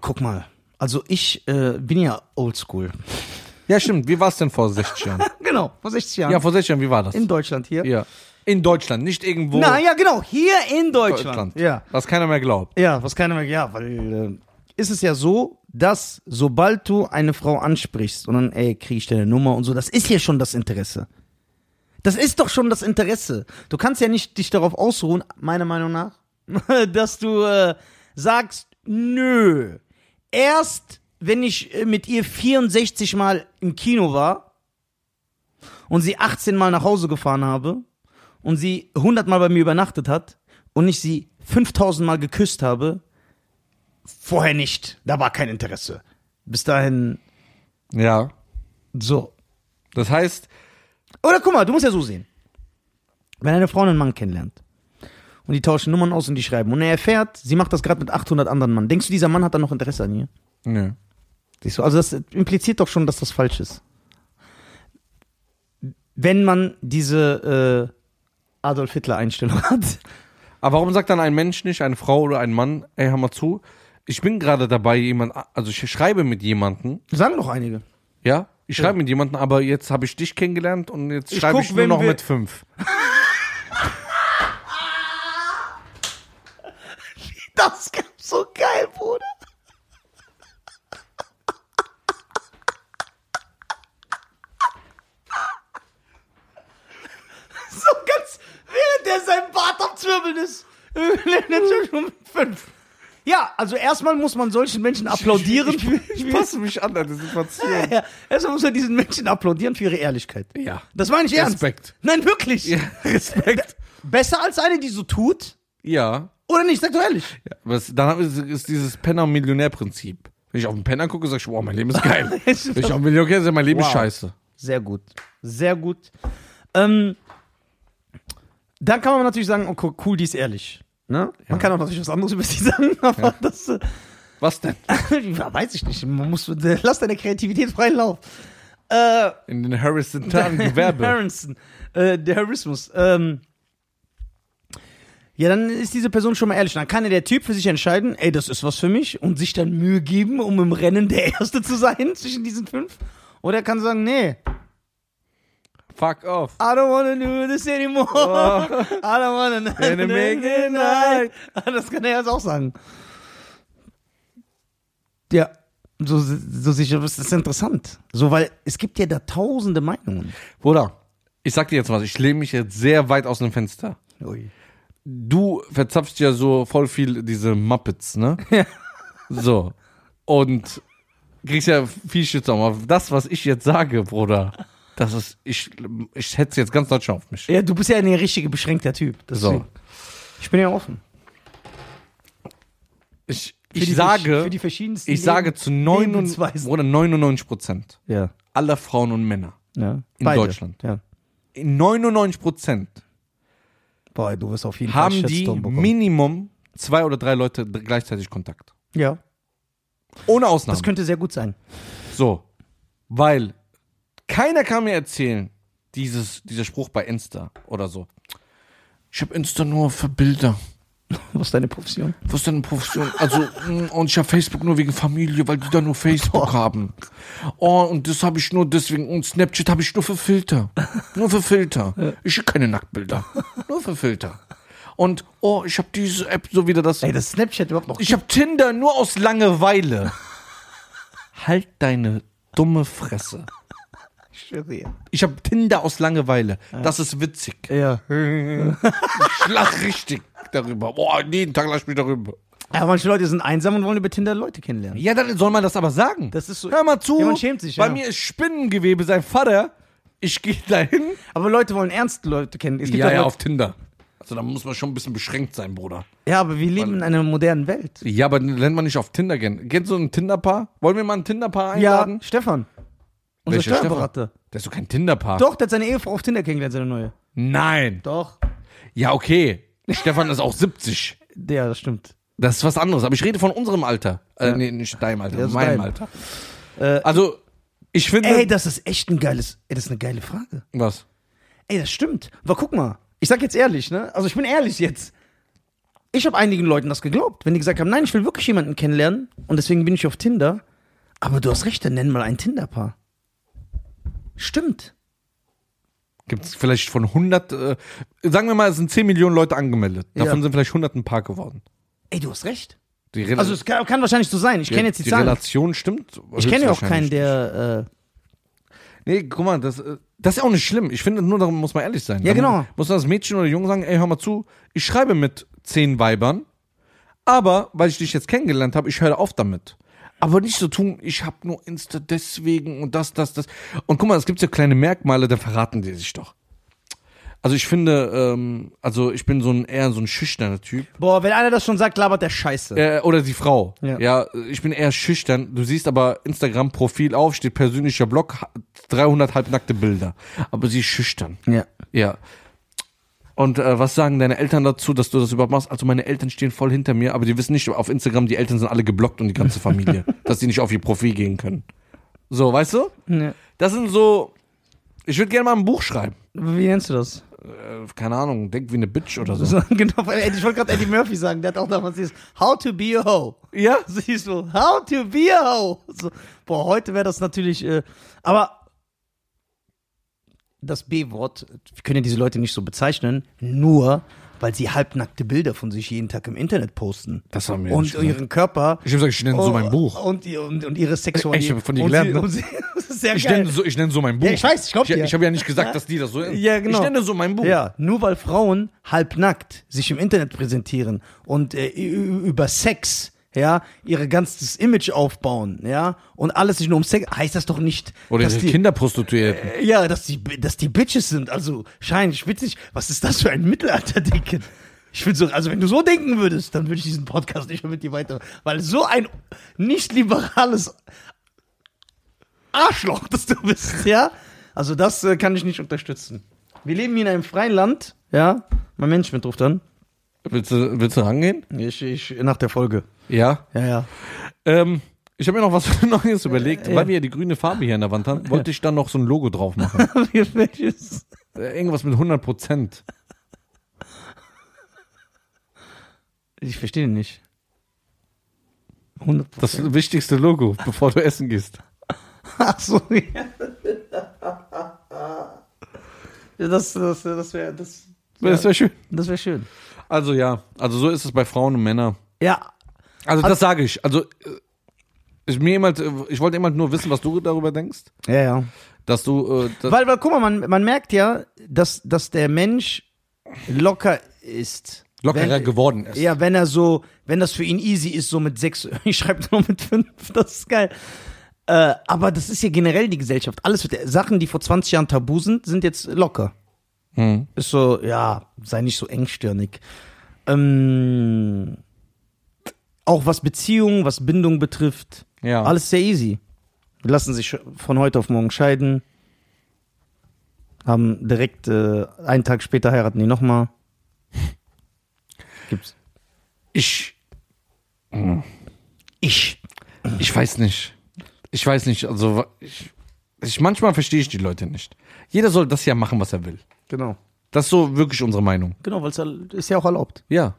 Speaker 1: Guck mal, also ich äh, bin ja oldschool.
Speaker 2: Ja, stimmt. Wie war es denn vor 60 Jahren?
Speaker 1: <laughs> Genau, vor 60 Jahren.
Speaker 2: ja, vor 60 Jahren, wie war das?
Speaker 1: in Deutschland hier.
Speaker 2: ja. in Deutschland, nicht irgendwo.
Speaker 1: Na ja, genau, hier in Deutschland. Ja.
Speaker 2: Was keiner mehr glaubt.
Speaker 1: ja, was keiner mehr. Ja, weil äh, ist es ja so, dass sobald du eine Frau ansprichst und dann, ey, krieg ich deine Nummer und so, das ist ja schon das Interesse. Das ist doch schon das Interesse. Du kannst ja nicht dich darauf ausruhen, meiner Meinung nach, <laughs> dass du äh, sagst, nö. Erst wenn ich äh, mit ihr 64 Mal im Kino war und sie 18 Mal nach Hause gefahren habe und sie 100 Mal bei mir übernachtet hat und ich sie 5000 Mal geküsst habe, vorher nicht. Da war kein Interesse. Bis dahin
Speaker 2: Ja.
Speaker 1: so.
Speaker 2: Das heißt,
Speaker 1: Oder guck mal, du musst ja so sehen. Wenn eine Frau einen Mann kennenlernt und die tauschen Nummern aus und die schreiben und er erfährt, sie macht das gerade mit 800 anderen Mann. Denkst du, dieser Mann hat dann noch Interesse an ihr?
Speaker 2: nö.
Speaker 1: Siehst du, also das impliziert doch schon, dass das falsch ist. Wenn man diese äh, Adolf Hitler-Einstellung <laughs> hat.
Speaker 2: Aber warum sagt dann ein Mensch nicht, eine Frau oder ein Mann, ey, hör mal zu, ich bin gerade dabei, jemand, also ich schreibe mit jemandem,
Speaker 1: Sagen doch einige.
Speaker 2: ja, Ich schreibe mit jemandem, aber jetzt habe ich dich kennengelernt und jetzt
Speaker 1: Ich
Speaker 2: schreibe
Speaker 1: guck,
Speaker 2: ich nur
Speaker 1: wenn
Speaker 2: noch
Speaker 1: wir-
Speaker 2: mit fünf.
Speaker 1: Das gab's so geil, Bruder. So ganz, während der sein Bart am Zwirbeln ist. Natürlich nur mit fünf. Ja, also erstmal muss man solchen Menschen applaudieren.
Speaker 2: Ich, ich, ich passe mich an an die Situation.
Speaker 1: <laughs> Ja, erstmal muss man diesen Menschen applaudieren für ihre Ehrlichkeit.
Speaker 2: Ja.
Speaker 1: Das meine ich ernst.
Speaker 2: Respekt.
Speaker 1: Nein, wirklich.
Speaker 2: Ja, Respekt.
Speaker 1: Besser als eine, die so tut.
Speaker 2: Ja.
Speaker 1: Oder nicht, sag doch ehrlich.
Speaker 2: ja. Was, dann ist, ist dieses Penner-Millionär-Prinzip. Wenn ich auf einen Penner gucke, sag ich, wow, mein Leben
Speaker 1: <laughs>
Speaker 2: ist geil. Wenn ich auf einen Millionär gucke, sag ich, mein Leben ist
Speaker 1: Wow.
Speaker 2: scheiße.
Speaker 1: Sehr gut. Sehr gut. Ähm, dann kann man natürlich sagen, okay, cool, die ist ehrlich. Ne? Man kann auch natürlich was anderes über sie <laughs> sagen, aber das äh, <laughs>
Speaker 2: Was denn?
Speaker 1: ja, weiß ich nicht. Man muss, äh, lass deine Kreativität freien Lauf. Äh,
Speaker 2: In
Speaker 1: <laughs>
Speaker 2: den horizontalem Gewerbe.
Speaker 1: Harrison, äh, der Harrismus. Ähm, ja, dann ist diese Person schon mal ehrlich. Dann kann ja der Typ für sich entscheiden, ey, das ist was für mich und sich dann Mühe geben, um im Rennen der Erste zu sein <laughs> zwischen diesen fünf. Oder er kann sagen, nee,
Speaker 2: Fuck off.
Speaker 1: I don't wanna do this anymore. <laughs> I don't wanna
Speaker 2: Oh. Gonna make it night.
Speaker 1: <laughs> Das kann er jetzt auch sagen. Ja, so, so sicher, das ist interessant. So, weil es gibt ja da tausende Meinungen.
Speaker 2: Bruder, ich sag dir jetzt was. Ich lehne mich jetzt sehr weit aus dem Fenster.
Speaker 1: Ui.
Speaker 2: du verzapfst ja so voll viel diese Muppets, ne?
Speaker 1: <laughs>
Speaker 2: Ja. So. Und kriegst ja viel Shitstorm. Aber das, was ich jetzt sage, Bruder, das ist, ich, ich hetze jetzt ganz Deutschland auf mich.
Speaker 1: Ja, du bist ja ein richtiger beschränkter Typ.
Speaker 2: So.
Speaker 1: Deswegen. Ich bin ja offen.
Speaker 2: Ich,
Speaker 1: Für
Speaker 2: ich
Speaker 1: die-
Speaker 2: sage,
Speaker 1: für die verschiedensten
Speaker 2: ich sage zu
Speaker 1: Leben-
Speaker 2: 99,
Speaker 1: Lebensweisen.
Speaker 2: Bruder, 99 Prozent
Speaker 1: Ja.
Speaker 2: aller Frauen und Männer.
Speaker 1: ja.
Speaker 2: In Deutschland.
Speaker 1: Ja.
Speaker 2: In 99 Prozent
Speaker 1: Boah, du wirst auf jeden Fall
Speaker 2: haben die
Speaker 1: Shitstorm bekommen.
Speaker 2: Minimum zwei oder drei Leute gleichzeitig Kontakt.
Speaker 1: Ja.
Speaker 2: Ohne Ausnahme.
Speaker 1: Das könnte sehr gut sein.
Speaker 2: So, weil keiner kann mir erzählen, dieses, dieser Spruch bei Insta oder so. Ich habe Insta nur für Bilder.
Speaker 1: Was ist deine Profession?
Speaker 2: Was denn Profession? Also, mm, und ich habe Facebook nur wegen Familie, weil die da nur Facebook haben. Oh, und das habe ich nur deswegen. Und Snapchat habe ich nur für Filter. Nur für Filter. Ich schicke keine Nacktbilder. Nur für Filter. Und, oh, ich habe diese App so wieder das.
Speaker 1: Ey, das Snapchat überhaupt noch.
Speaker 2: Ich habe Tinder nur aus Langeweile. halt deine dumme Fresse. Ich habe Tinder aus Langeweile. Das ist witzig. <laughs>
Speaker 1: Ja.
Speaker 2: Ich lach richtig darüber. Boah, jeden Tag lach ich mich darüber.
Speaker 1: Ja, manche Leute sind einsam und wollen über Tinder Leute kennenlernen.
Speaker 2: Ja, dann soll man das aber sagen.
Speaker 1: Das ist so-
Speaker 2: Hör mal zu.
Speaker 1: Ja, man schämt sich,
Speaker 2: Bei
Speaker 1: ja.
Speaker 2: mir ist Spinnengewebe sein Vater. Ich gehe dahin.
Speaker 1: Aber Leute wollen ernst Leute kennen. Es gibt
Speaker 2: Ja,
Speaker 1: auch
Speaker 2: ja,
Speaker 1: Leute,
Speaker 2: auf Tinder. Also da muss man schon ein bisschen beschränkt sein, Bruder.
Speaker 1: ja, aber wir leben in einer modernen Welt.
Speaker 2: Ja, aber dann lernt man nicht auf Tinder kennen. Kennst du ein Tinder-Paar? Wollen wir mal ein Tinder-Paar einladen?
Speaker 1: Stefan. Unser
Speaker 2: Welcher
Speaker 1: Steuerberater.
Speaker 2: Stefan? Das ist doch kein Tinder-Paar.
Speaker 1: Doch, der hat seine Ehefrau auf Tinder kennengelernt, seine neue.
Speaker 2: Nein.
Speaker 1: Doch.
Speaker 2: Ja, okay. Stefan ist auch 70.
Speaker 1: Ja, das stimmt.
Speaker 2: Das ist was anderes. Aber ich rede von unserem Alter. Äh, nee, nicht deinem Alter,
Speaker 1: Ja, das ist
Speaker 2: meinem
Speaker 1: dein.
Speaker 2: Alter.
Speaker 1: Äh,
Speaker 2: also, ich finde.
Speaker 1: Ey, das ist echt ein geiles. Ey, das ist eine geile Frage.
Speaker 2: was?
Speaker 1: Ey, das stimmt. Aber guck mal, ich sag jetzt ehrlich, ne? Also ich bin ehrlich jetzt. Ich habe einigen Leuten das geglaubt, wenn die gesagt haben, nein, ich will wirklich jemanden kennenlernen und deswegen bin ich auf Tinder. Aber du hast recht, dann nenn mal ein Tinder-Paar. Stimmt.
Speaker 2: Gibt es vielleicht von 100. Äh, sagen wir mal, es sind 10 Millionen Leute angemeldet. Davon
Speaker 1: Ja.
Speaker 2: sind vielleicht 100 ein Paar geworden.
Speaker 1: Ey, du hast recht.
Speaker 2: Die Rela-
Speaker 1: Also es kann, kann wahrscheinlich so sein. Ich
Speaker 2: die-
Speaker 1: kenne jetzt die,
Speaker 2: Äh, die
Speaker 1: Zahlen.
Speaker 2: Relation stimmt.
Speaker 1: Ich kenne ja auch keinen,
Speaker 2: höchstwahrscheinlich.
Speaker 1: der. Äh,
Speaker 2: Nee, guck mal, das, äh, das ist ja auch nicht schlimm. Ich finde, nur darum muss man ehrlich sein.
Speaker 1: Ja,
Speaker 2: Da mu-
Speaker 1: genau.
Speaker 2: Muss man das Mädchen oder Jungen sagen, ey, hör mal zu, ich schreibe mit 10 Weibern, aber weil ich dich jetzt kennengelernt habe, ich höre auf damit. Aber nicht so tun, ich habe nur Insta deswegen und das, das, das. Und guck mal, es gibt so kleine Merkmale, da verraten die sich doch. Also ich finde, ähm, also ich bin so ein eher so ein schüchterner Typ.
Speaker 1: boah, wenn einer das schon sagt, labert der Scheiße.
Speaker 2: Äh, oder die Frau. Ja.
Speaker 1: Ja.
Speaker 2: ich bin eher schüchtern. Du siehst aber Instagram-Profil auf, steht persönlicher Blog, ha- 300 halbnackte Bilder. Aber sie ist schüchtern.
Speaker 1: Ja.
Speaker 2: Ja. Und äh, was sagen deine Eltern dazu, dass du das überhaupt machst? Also meine Eltern stehen voll hinter mir, aber die wissen nicht, auf Instagram, die Eltern sind alle geblockt und die ganze <laughs> Familie, dass die nicht auf ihr Profil gehen können. So, weißt du?
Speaker 1: ja.
Speaker 2: Das sind so, ich würde gerne mal ein Buch schreiben.
Speaker 1: Wie nennst du das?
Speaker 2: Äh, keine Ahnung, denk wie eine Bitch oder so.
Speaker 1: So, <laughs> genau, weil Eddie- ich wollte gerade Eddie Murphy sagen, der hat auch damals dieses How to be a hoe.
Speaker 2: Ja?
Speaker 1: <laughs> Siehst du, how to be a hoe. So, boah, heute wäre das natürlich, äh, aber das B-Wort, wir können ja diese Leute nicht so bezeichnen, nur weil sie halbnackte Bilder von sich jeden Tag im Internet posten.
Speaker 2: Das haben wir
Speaker 1: Und
Speaker 2: nicht gemacht.
Speaker 1: ihren Körper. Oh,
Speaker 2: Ich hab gesagt, ich nenne so mein Buch.
Speaker 1: Und, ihr- und, und ihre Sexualität.
Speaker 2: Ich hab von dir
Speaker 1: Und
Speaker 2: gelernt,
Speaker 1: sie-
Speaker 2: ne?
Speaker 1: und sie- <laughs> das ist sehr
Speaker 2: Ich
Speaker 1: geil.
Speaker 2: nenne, so, ich nenne so mein Buch.
Speaker 1: Ja, ich weiß, ich glaub
Speaker 2: Ich,
Speaker 1: dir.
Speaker 2: ich habe ja nicht gesagt, dass die das so
Speaker 1: Ja, genau.
Speaker 2: Ich nenne so mein Buch.
Speaker 1: Ja, nur weil Frauen halbnackt sich im Internet präsentieren und äh, ü- über Sex, ja, ihre ganzes Image aufbauen, ja, und alles sich nur um Sex, heißt das doch nicht,
Speaker 2: Oder
Speaker 1: dass
Speaker 2: ihre
Speaker 1: die,
Speaker 2: Kinder prostituiert.
Speaker 1: äh, ja, dass die, dass die Bitches sind. Also, Schein, ich witzig, was ist das für ein Mittelalterdenken? Ich will so, also wenn du so denken würdest, dann würde ich diesen Podcast nicht mehr mit dir weiter, weil so ein nicht liberales Arschloch, das du bist, ja? Also das äh, kann ich nicht unterstützen. Wir leben hier in einem freien Land, ja? Mein Mensch mit ruft an.
Speaker 2: Willst du, willst du rangehen?
Speaker 1: Ich, ich, nach der Folge.
Speaker 2: Ja.
Speaker 1: Ja, ja.
Speaker 2: Ähm, ich habe mir noch was <laughs> Neues überlegt.
Speaker 1: ja.
Speaker 2: Weil wir ja die grüne Farbe hier an der Wand haben, wollte ich dann noch so ein Logo drauf machen.
Speaker 1: <laughs> Welches?
Speaker 2: Äh, Irgendwas mit 100 Prozent.
Speaker 1: Ich verstehe nicht. 100%.
Speaker 2: Das wichtigste Logo, <laughs> bevor du essen gehst.
Speaker 1: Ach so, ja. Ja, Das, das, das wäre das,
Speaker 2: Das wäre schön.
Speaker 1: das wär schön.
Speaker 2: Also ja, also so ist es bei Frauen und Männern.
Speaker 1: Ja,
Speaker 2: Also das sage ich. Also äh, ich, mir jemand, äh, ich wollte jemand nur wissen, was du darüber denkst.
Speaker 1: ja, ja.
Speaker 2: Dass du äh, das,
Speaker 1: Weil, weil guck mal, man, man merkt ja, dass, dass der Mensch locker ist.
Speaker 2: lockerer
Speaker 1: wenn,
Speaker 2: geworden ist.
Speaker 1: Ja, wenn er so, wenn das für ihn easy ist, so mit sechs, <laughs> ich schreibe nur mit fünf, das ist geil. Äh, aber das ist ja generell die Gesellschaft. Alles wird, Sachen, die vor 20 Jahren tabu sind, sind jetzt locker.
Speaker 2: Hm.
Speaker 1: Ist so, ja, sei nicht so engstirnig. Ähm, auch was Beziehungen, was Bindung betrifft,
Speaker 2: Ja.
Speaker 1: alles sehr easy. Die lassen sich sch- von heute auf morgen scheiden. Haben direkt äh, einen Tag später heiraten die nochmal. Gibt's.
Speaker 2: Ich,
Speaker 1: Ich.
Speaker 2: ich weiß nicht. Ich weiß nicht. Also wa- ich, ich manchmal verstehe ich die Leute nicht. Jeder soll das ja machen, was er will.
Speaker 1: Genau.
Speaker 2: Das ist so wirklich unsere Meinung.
Speaker 1: Genau, weil es ja- ist ja auch erlaubt.
Speaker 2: Ja.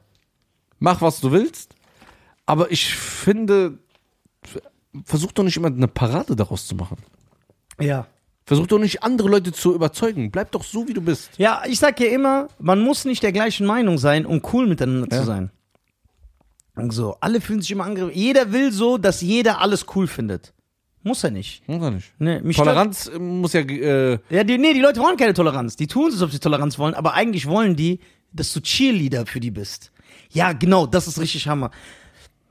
Speaker 2: Mach, was du willst. Aber ich finde, f- versuch doch nicht immer eine Parade daraus zu machen.
Speaker 1: Ja.
Speaker 2: Versuch doch nicht andere Leute zu überzeugen. Bleib doch so, wie du bist.
Speaker 1: Ja, ich sag ja immer, man muss nicht der gleichen Meinung sein, um cool miteinander zu
Speaker 2: Ja.
Speaker 1: sein. So, alle fühlen sich immer angegriffen. Jeder will so, dass jeder alles cool findet. Muss er nicht.
Speaker 2: Muss er nicht.
Speaker 1: Nee, mich
Speaker 2: Toleranz äh, muss ja. Äh,
Speaker 1: stört- Ja, die, nee, die Leute wollen keine Toleranz. Die tun es, als ob sie Toleranz wollen, aber eigentlich wollen die, dass du Cheerleader für die bist. Ja, genau, das ist richtig Hammer.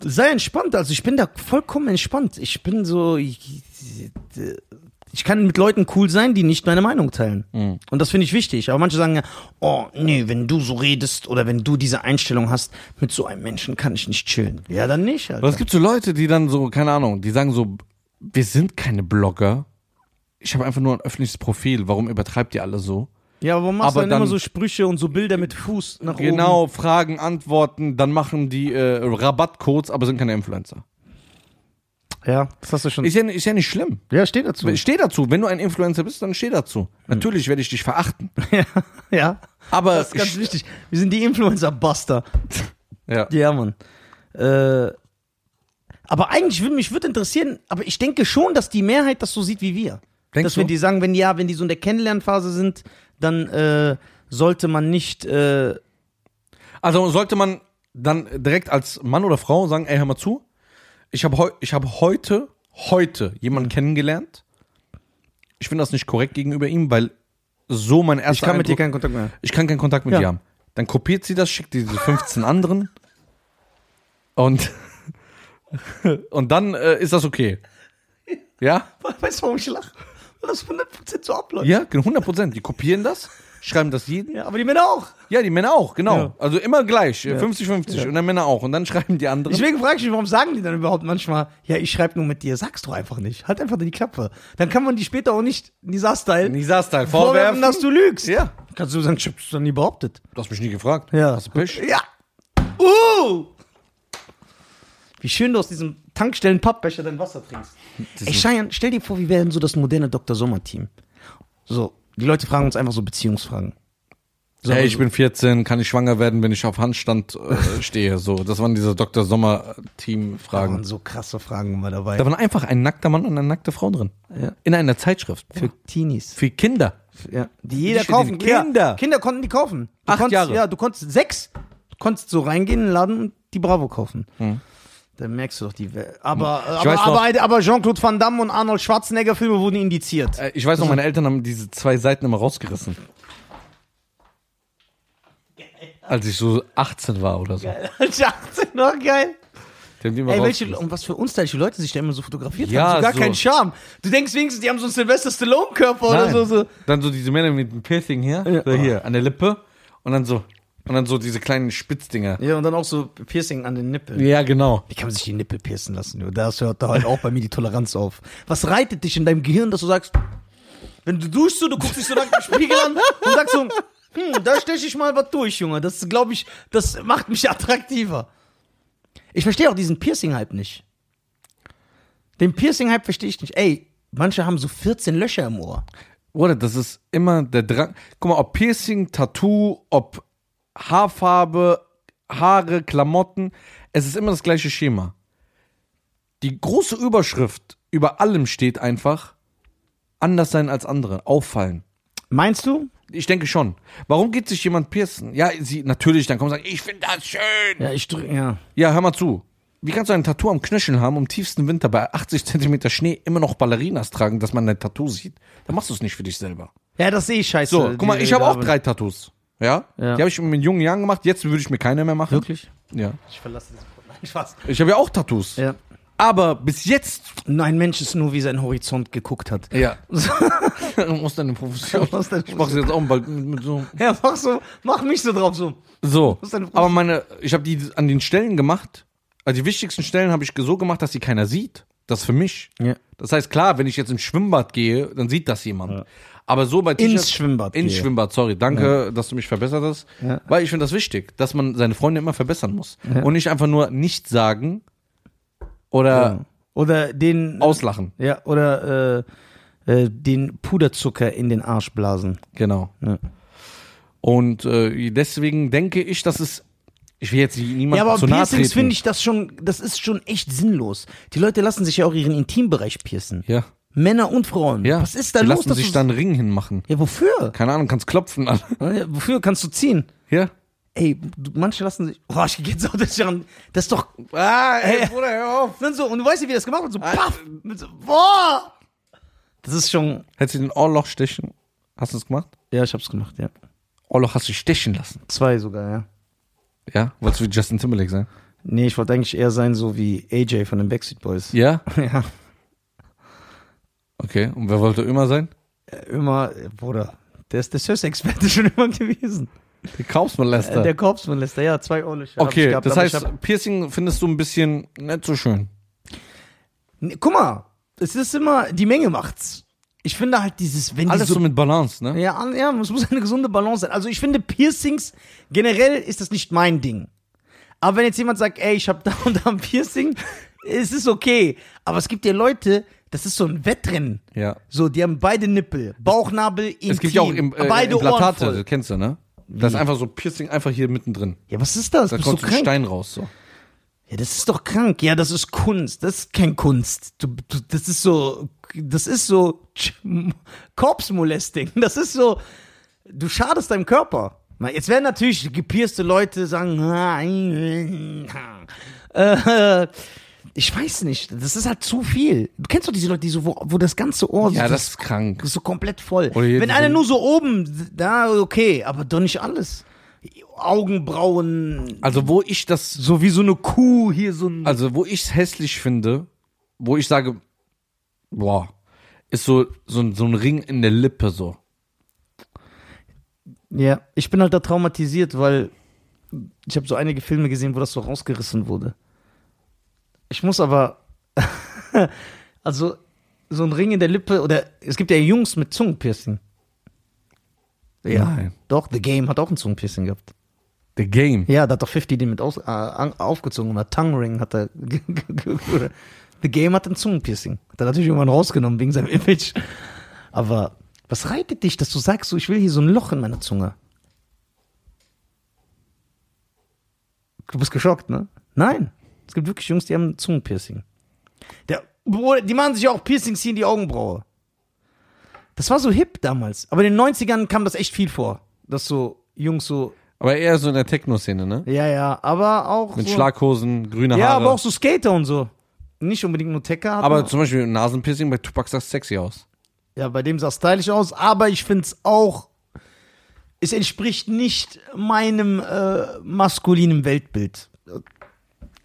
Speaker 1: Sei entspannt, also ich bin da vollkommen entspannt. Ich bin so, ich, ich kann mit Leuten cool sein, die nicht meine Meinung teilen.
Speaker 2: Mhm.
Speaker 1: Und das finde ich wichtig. Aber manche sagen ja, oh, nee, wenn du so redest oder wenn du diese Einstellung hast, mit so einem Menschen kann ich nicht chillen. Ja, dann nicht,
Speaker 2: aber es
Speaker 1: Alter.
Speaker 2: gibt so Leute, die dann so, keine Ahnung, die sagen so: Wir sind keine Blogger. Ich habe einfach nur ein öffentliches Profil. Warum übertreibt ihr alle so?
Speaker 1: Ja, aber warum machst
Speaker 2: aber
Speaker 1: du dann, immer
Speaker 2: dann-
Speaker 1: so Sprüche und so Bilder mit Fuß nach oben?
Speaker 2: Genau, Fragen, Antworten. Dann machen die äh, Rabattcodes, aber sind keine Influencer.
Speaker 1: Ja, das hast du schon.
Speaker 2: Ist ja, ist ja nicht schlimm.
Speaker 1: ja, steht dazu.
Speaker 2: Steh dazu. Wenn du ein Influencer bist, dann steh
Speaker 1: Hm.
Speaker 2: dazu. Natürlich werde ich dich verachten.
Speaker 1: <laughs> ja,
Speaker 2: Aber
Speaker 1: das ist ganz
Speaker 2: ich,
Speaker 1: wichtig. Wir sind die Influencer-Buster.
Speaker 2: ja.
Speaker 1: Ja, Mann. Äh, aber eigentlich würde mich würde interessieren, aber ich denke schon, dass die Mehrheit das so sieht wie wir.
Speaker 2: Denkst
Speaker 1: dass wenn
Speaker 2: du?
Speaker 1: die sagen, wenn die ja, wenn die so in der Kennenlernphase sind, dann äh, sollte man nicht. Äh,
Speaker 2: Also sollte man dann direkt als Mann oder Frau sagen, ey, hör mal zu, ich habe heu ich hab heute, heute jemanden kennengelernt. Ich finde das nicht korrekt gegenüber ihm, weil so mein erster
Speaker 1: ich kann mit dir
Speaker 2: Eindruck-
Speaker 1: keinen Kontakt mehr. haben.
Speaker 2: ich kann keinen Kontakt mit
Speaker 1: Ja.
Speaker 2: dir haben. Dann kopiert sie das, schickt die diese 15 anderen und, <laughs> und dann äh, ist das okay. Ja?
Speaker 1: <laughs> Weißt du, warum ich lache? Weil das 100% so abläuft.
Speaker 2: Ja, genau, 100 Prozent. Die kopieren das, schreiben das jeden.
Speaker 1: Ja, aber die Männer auch.
Speaker 2: Ja, die Männer auch, genau.
Speaker 1: Ja.
Speaker 2: Also immer gleich, 50-50 und dann Männer auch. Und dann schreiben die anderen.
Speaker 1: Deswegen frage ich mich, warum sagen die dann überhaupt manchmal, ja, ich schreibe nur mit dir, sag's doch einfach nicht. Halt einfach die Klappe. Dann kann man die später auch nicht, Nisa-Style,
Speaker 2: Nisa-Style
Speaker 1: vorwerfen,
Speaker 2: vorwerfen.
Speaker 1: dass du lügst.
Speaker 2: Ja.
Speaker 1: Kannst du sagen, ich hab's dann nie behauptet.
Speaker 2: Du hast mich nie gefragt.
Speaker 1: Ja.
Speaker 2: Hast du Pech?
Speaker 1: Ja. Uh! Wie schön du aus diesem Tankstellen-Pappbecher dein Wasser trinkst. Ey, Cheyenne, stell dir vor, wir wären so das moderne Dr. Sommer-Team. So, die Leute fragen uns einfach so Beziehungsfragen. So,
Speaker 2: Hey, ich bin 14, kann ich schwanger werden, wenn ich auf
Speaker 1: <laughs>
Speaker 2: Handstand äh, stehe? So, das waren diese Dr.
Speaker 1: da waren
Speaker 2: Sommer-Team-Fragen.
Speaker 1: so krasse Fragen immer dabei.
Speaker 2: Da waren einfach ein nackter Mann und eine nackte Frau drin. In einer Zeitschrift. Für,
Speaker 1: Für Teenies.
Speaker 2: für Kinder.
Speaker 1: Ja. Die jeder
Speaker 2: steht
Speaker 1: kaufen.
Speaker 2: die Kinder.
Speaker 1: Kinder. Kinder konnten die kaufen. Du
Speaker 2: Acht
Speaker 1: konntest,
Speaker 2: Jahre.
Speaker 1: Ja, du konntest sechs, du konntest so reingehen in den Laden und die Bravo kaufen.
Speaker 2: Hm.
Speaker 1: Dann merkst du doch die Welt. Aber, aber,
Speaker 2: weiß noch-
Speaker 1: aber, aber Jean-Claude Van Damme und Arnold Schwarzenegger Filme wurden <laughs> indiziert.
Speaker 2: Äh, Ich weiß noch, meine Eltern haben diese zwei Seiten immer rausgerissen. Als ich so 18 war oder so.
Speaker 1: Ich dachte, noch geil.
Speaker 2: Die haben die immer
Speaker 1: Ey, welche,
Speaker 2: rausgerissen.
Speaker 1: und was für unstylische Leute sich da immer so fotografiert
Speaker 2: Ja,
Speaker 1: haben. So gar
Speaker 2: so.
Speaker 1: keinen Charme. Du denkst wenigstens, die haben so einen Sylvester Stallone-Körper oder
Speaker 2: Nein.
Speaker 1: so. so.
Speaker 2: Dann so diese Männer mit dem Piercing hier,
Speaker 1: Ja.
Speaker 2: so hier, an der Lippe. Und dann so, und dann so diese kleinen Spitzdinger.
Speaker 1: Ja, und dann auch so Piercing an den Nippeln.
Speaker 2: Ja, genau.
Speaker 1: Wie kann man sich die Nippel piercen lassen? du? Das hört da halt auch bei mir die Toleranz auf. Was reitet dich in deinem Gehirn, dass du sagst, wenn du duschst, so, du guckst dich so lang im Spiegel an und sagst so, hm, da steche ich mal was durch, Junge. Das glaube ich, das macht mich <laughs> attraktiver. Ich verstehe auch diesen Piercing-Hype nicht. Den Piercing-Hype verstehe ich nicht. Ey, manche haben so 14 Löcher im Ohr.
Speaker 2: Oder das ist immer der Drang. Guck mal, ob Piercing, Tattoo, ob Haarfarbe, Haare, Klamotten, es ist immer das gleiche Schema. Die große Überschrift über allem steht einfach anders sein als andere, auffallen.
Speaker 1: Meinst du?
Speaker 2: Ich denke schon. Warum geht sich jemand piercen? Ja, sie natürlich, dann kommen und sagen, ich finde das schön.
Speaker 1: Ja, ich drücke, ja.
Speaker 2: Ja, hör mal zu. Wie kannst du ein Tattoo am Knöchel haben, im tiefsten Winter bei 80 Zentimeter Schnee immer noch Ballerinas tragen, dass man ein Tattoo sieht? Dann machst du es nicht für dich selber.
Speaker 1: Ja, das sehe ich scheiße.
Speaker 2: So, guck mal,
Speaker 1: die-
Speaker 2: ich habe
Speaker 1: die-
Speaker 2: auch drei Tattoos. Ja?
Speaker 1: Ja.
Speaker 2: Die habe ich in jungen Jahren gemacht. Jetzt würde ich mir keine mehr machen.
Speaker 1: Wirklich?
Speaker 2: Ja.
Speaker 1: Ich verlasse das. Nein, Spaß.
Speaker 2: Ich habe ja auch Tattoos.
Speaker 1: Ja.
Speaker 2: Aber bis jetzt.
Speaker 1: Ein Mensch ist nur, wie sein Horizont geguckt hat.
Speaker 2: Ja. <laughs> du musst deine Profession.
Speaker 1: Aus der-
Speaker 2: Ich mache jetzt auch bald mit, mit so.
Speaker 1: <laughs> Ja, mach so, mach mich so drauf so.
Speaker 2: So.
Speaker 1: ist deine Profession?
Speaker 2: Aber meine, ich habe die an den Stellen gemacht. Also die wichtigsten Stellen habe ich so gemacht, dass sie keiner sieht. Das ist für mich.
Speaker 1: Ja.
Speaker 2: Das heißt, klar, wenn ich jetzt ins Schwimmbad gehe, dann sieht das jemand. Aber so bei T-Shirts-
Speaker 1: Ins Schwimmbad
Speaker 2: Ins
Speaker 1: gehe.
Speaker 2: Schwimmbad, sorry. Danke, dass du mich verbessert hast.
Speaker 1: Ja.
Speaker 2: Weil ich finde das wichtig, dass man seine Freunde immer verbessern muss. Und nicht einfach nur nichts sagen oder
Speaker 1: Oder den
Speaker 2: auslachen.
Speaker 1: ja, oder äh, äh, den Puderzucker in den Arsch blasen.
Speaker 2: Genau.
Speaker 1: Ja.
Speaker 2: Und äh, deswegen denke ich, dass es. Ich will jetzt niemandem
Speaker 1: Ja, aber
Speaker 2: zu nahe treten.
Speaker 1: Piercings finde ich das schon, das ist schon echt sinnlos. Die Leute lassen sich ja auch ihren Intimbereich piercen.
Speaker 2: Ja.
Speaker 1: Männer und Frauen.
Speaker 2: ja.
Speaker 1: Was ist da
Speaker 2: Die
Speaker 1: los?
Speaker 2: Lassen
Speaker 1: dass
Speaker 2: sich
Speaker 1: du-
Speaker 2: da einen Ring hinmachen.
Speaker 1: ja, wofür?
Speaker 2: Keine Ahnung, kannst klopfen. <laughs>
Speaker 1: Ja, Wofür kannst du ziehen?
Speaker 2: ja.
Speaker 1: Ey, du, manche lassen sich. Boah, ich gehe jetzt auch das an. Das ist doch.
Speaker 2: Ah, hey, Bruder, hör auf.
Speaker 1: Dann so, und du weißt ja, wie das gemacht wird. So, paff! Mit so, boah! Das ist schon.
Speaker 2: Hättest du den Ohrloch stechen? Hast du es gemacht?
Speaker 1: Ja, ich hab's gemacht, ja.
Speaker 2: Ohrloch hast du stechen lassen.
Speaker 1: Zwei sogar, ja.
Speaker 2: Ja? Wolltest du wie Justin Timberlake sein?
Speaker 1: Nee, ich wollte eigentlich eher sein, so wie AJ von den Backstreet Boys.
Speaker 2: Ja?
Speaker 1: <laughs> Ja,
Speaker 2: Okay. Und wer wollte immer sein?
Speaker 1: immer, äh, Bruder, der ist der Surf-Experte <laughs> schon immer gewesen.
Speaker 2: Der Kaufsmolester.
Speaker 1: Äh, Der Korpsmolester, ja, zwei Ohrlöcher. hab ich
Speaker 2: okay,
Speaker 1: gehabt,
Speaker 2: das
Speaker 1: aber ich
Speaker 2: heißt, Piercing findest du ein bisschen nicht so schön.
Speaker 1: Nee, guck mal, es ist immer, die Menge macht's. Ich finde halt dieses, wenn
Speaker 2: Alles
Speaker 1: die
Speaker 2: so,
Speaker 1: so.
Speaker 2: mit Balance, ne?
Speaker 1: Ja, an- ja, es muss eine gesunde Balance sein. Also ich finde Piercings, generell ist das nicht mein Ding. Aber wenn jetzt jemand sagt, ey, ich habe da und da ein Piercing, es ist okay. Aber es gibt ja Leute, das ist so ein Wettrennen.
Speaker 2: Ja.
Speaker 1: So, die haben beide Nippel, Bauchnabel, Intim,
Speaker 2: Es gibt ja auch im, äh,
Speaker 1: beide Ohren
Speaker 2: Implantate,
Speaker 1: voll.
Speaker 2: das kennst du, ne? Das ist einfach so Piercing einfach hier mittendrin.
Speaker 1: Ja, was ist das?
Speaker 2: Da
Speaker 1: Bist du
Speaker 2: kommt so ein
Speaker 1: krank?
Speaker 2: Stein raus. So.
Speaker 1: Ja, das ist doch krank. Ja, das ist Kunst. Das ist kein Kunst. Du, du, das ist so, das ist so <laughs> Korpsmolesting. Das ist so, du schadest deinem Körper. Na, Jetzt werden natürlich gepierste Leute sagen, <laughs> "Ah, äh, äh, ich weiß nicht, das ist halt zu viel. Du kennst doch diese Leute, die so, wo, wo das ganze Ohr
Speaker 2: Ja,
Speaker 1: so,
Speaker 2: das ist krank.
Speaker 1: so komplett voll.
Speaker 2: Oder hier
Speaker 1: Wenn
Speaker 2: so-
Speaker 1: einer nur so oben, da okay, aber doch nicht alles. Augenbrauen,
Speaker 2: Also wo ich das,
Speaker 1: so wie so eine Kuh hier so ein
Speaker 2: also wo ich es hässlich finde, wo ich sage, boah, ist so, so, ein- so ein Ring in der Lippe so.
Speaker 1: Ja, ich bin halt da traumatisiert, weil ich habe so einige Filme gesehen, wo das so rausgerissen wurde. Ich muss aber, <laughs> also so ein Ring in der Lippe oder es gibt ja Jungs mit Zungenpiercing.
Speaker 2: Nein.
Speaker 1: Doch, The Game hat auch ein Zungenpiercing gehabt.
Speaker 2: The Game.
Speaker 1: Ja, da hat doch 50 den mit aus, äh, an- aufgezogen oder Tongue Ring hat er. <laughs> ge- ge- ge- The Game hat ein Zungenpiercing. Hat er natürlich irgendwann rausgenommen wegen seinem Image. Aber was reitet dich, dass du sagst, so, ich will hier so ein Loch in meiner Zunge? Du bist geschockt, ne? Nein. Es gibt wirklich Jungs, die haben ein Zungenpiercing. Der, Bruder, die machen sich auch Piercings hier in die Augenbraue. Das war so hip damals. Aber in den 90ern kam das echt viel vor. Dass so Jungs so,
Speaker 2: Aber eher so in der Techno-Szene, ne?
Speaker 1: ja, ja, aber auch.
Speaker 2: Mit
Speaker 1: so,
Speaker 2: Schlaghosen, grüne
Speaker 1: Ja,
Speaker 2: Haare.
Speaker 1: aber auch so Skater und so. Nicht unbedingt nur Tecker. hat
Speaker 2: aber
Speaker 1: man-
Speaker 2: zum Beispiel Nasenpiercing bei Tupac sah sexy aus.
Speaker 1: Ja, bei dem sah es stylisch aus, aber ich find's auch, es entspricht nicht meinem äh, maskulinen Weltbild.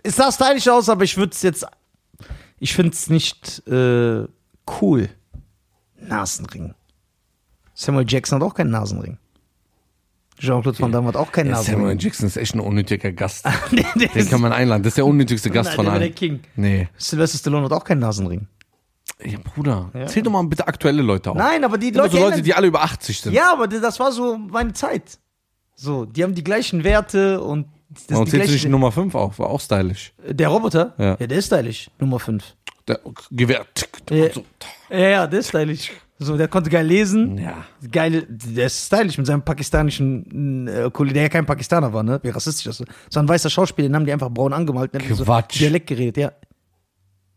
Speaker 1: Es sah stylisch aus, aber ich würd's jetzt, ich find's nicht äh, cool. Nasenring. Samuel Jackson hat auch keinen Nasenring. Jean-Claude Van Damme hat auch keinen
Speaker 2: Ja, Samuel
Speaker 1: Nasenring.
Speaker 2: Jackson ist echt ein unnötiger
Speaker 1: <laughs>
Speaker 2: Gast.
Speaker 1: Der- der
Speaker 2: Den
Speaker 1: ist-
Speaker 2: kann man einladen. Das ist der unnötigste Gast
Speaker 1: Nein,
Speaker 2: von
Speaker 1: der war
Speaker 2: allen.
Speaker 1: der King.
Speaker 2: Nee.
Speaker 1: Sylvester Stallone hat auch keinen Nasenring.
Speaker 2: Ja, Bruder. Zähl doch mal bitte aktuelle Leute auf.
Speaker 1: Nein, aber die
Speaker 2: Leute,
Speaker 1: Leute,
Speaker 2: so Leute,
Speaker 1: ändern-
Speaker 2: die alle über 80 sind.
Speaker 1: Ja, aber das war so meine Zeit. So, die haben die gleichen Werte und das
Speaker 2: Warum
Speaker 1: die
Speaker 2: zählst du nicht
Speaker 1: gleichen,
Speaker 2: Nummer 5 auf? War auch stylisch.
Speaker 1: Der Roboter?
Speaker 2: Ja.
Speaker 1: der ist stylisch. Nummer 5.
Speaker 2: Der Gewehr. tick,
Speaker 1: Ja.
Speaker 2: so.
Speaker 1: Ja, ja, der ist stylisch. So, der konnte geil lesen.
Speaker 2: Ja.
Speaker 1: Geil, der ist stylisch mit seinem pakistanischen äh, Kollegen, der ja kein Pakistaner war, ne? Wie rassistisch das ist. So ein weißer Schauspieler, den haben die einfach braun angemalt. und haben so
Speaker 2: Quatsch.
Speaker 1: Dialekt geredet, ja.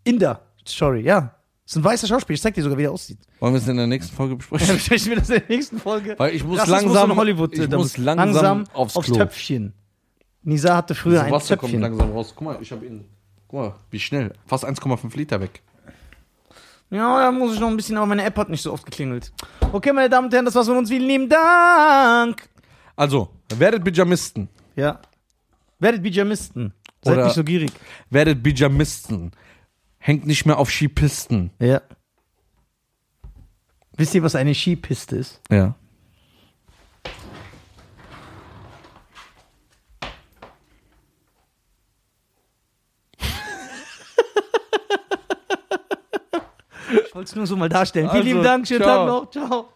Speaker 1: Inder, sorry, ja. Ist ein weißer Schauspieler, ich zeig dir sogar, wie der aussieht.
Speaker 2: Wollen wir es in der nächsten
Speaker 1: <laughs>
Speaker 2: Folge besprechen?
Speaker 1: Besprechen wir das in der nächsten Folge.
Speaker 2: Weil ich muss
Speaker 1: Rassismus
Speaker 2: langsam-
Speaker 1: in Hollywood, äh,
Speaker 2: ich
Speaker 1: da
Speaker 2: muss langsam aufs Klo.
Speaker 1: Töpfchen. Nisa hatte früher ein
Speaker 2: Wasser kommt
Speaker 1: Töpfchen.
Speaker 2: langsam raus. Guck mal, ich habe ihn. Guck mal, wie schnell. Fast 1,5 Liter weg.
Speaker 1: Ja, da muss ich noch ein bisschen, aber meine App hat nicht so oft geklingelt. Okay, meine Damen und Herren, das war's von uns. Vielen lieben Dank.
Speaker 2: Also, werdet Bijamisten.
Speaker 1: Ja. Werdet Bijamisten. Seid
Speaker 2: Oder-
Speaker 1: nicht so gierig.
Speaker 2: Werdet Bijamisten. Hängt nicht mehr auf Skipisten.
Speaker 1: Ja. Wisst ihr, was eine Skipiste ist?
Speaker 2: Ja.
Speaker 1: Ich wollte es nur so mal darstellen.
Speaker 2: Also,
Speaker 1: Vielen lieben Dank, schönen
Speaker 2: ciao. Also,
Speaker 1: Tag noch. Ciao.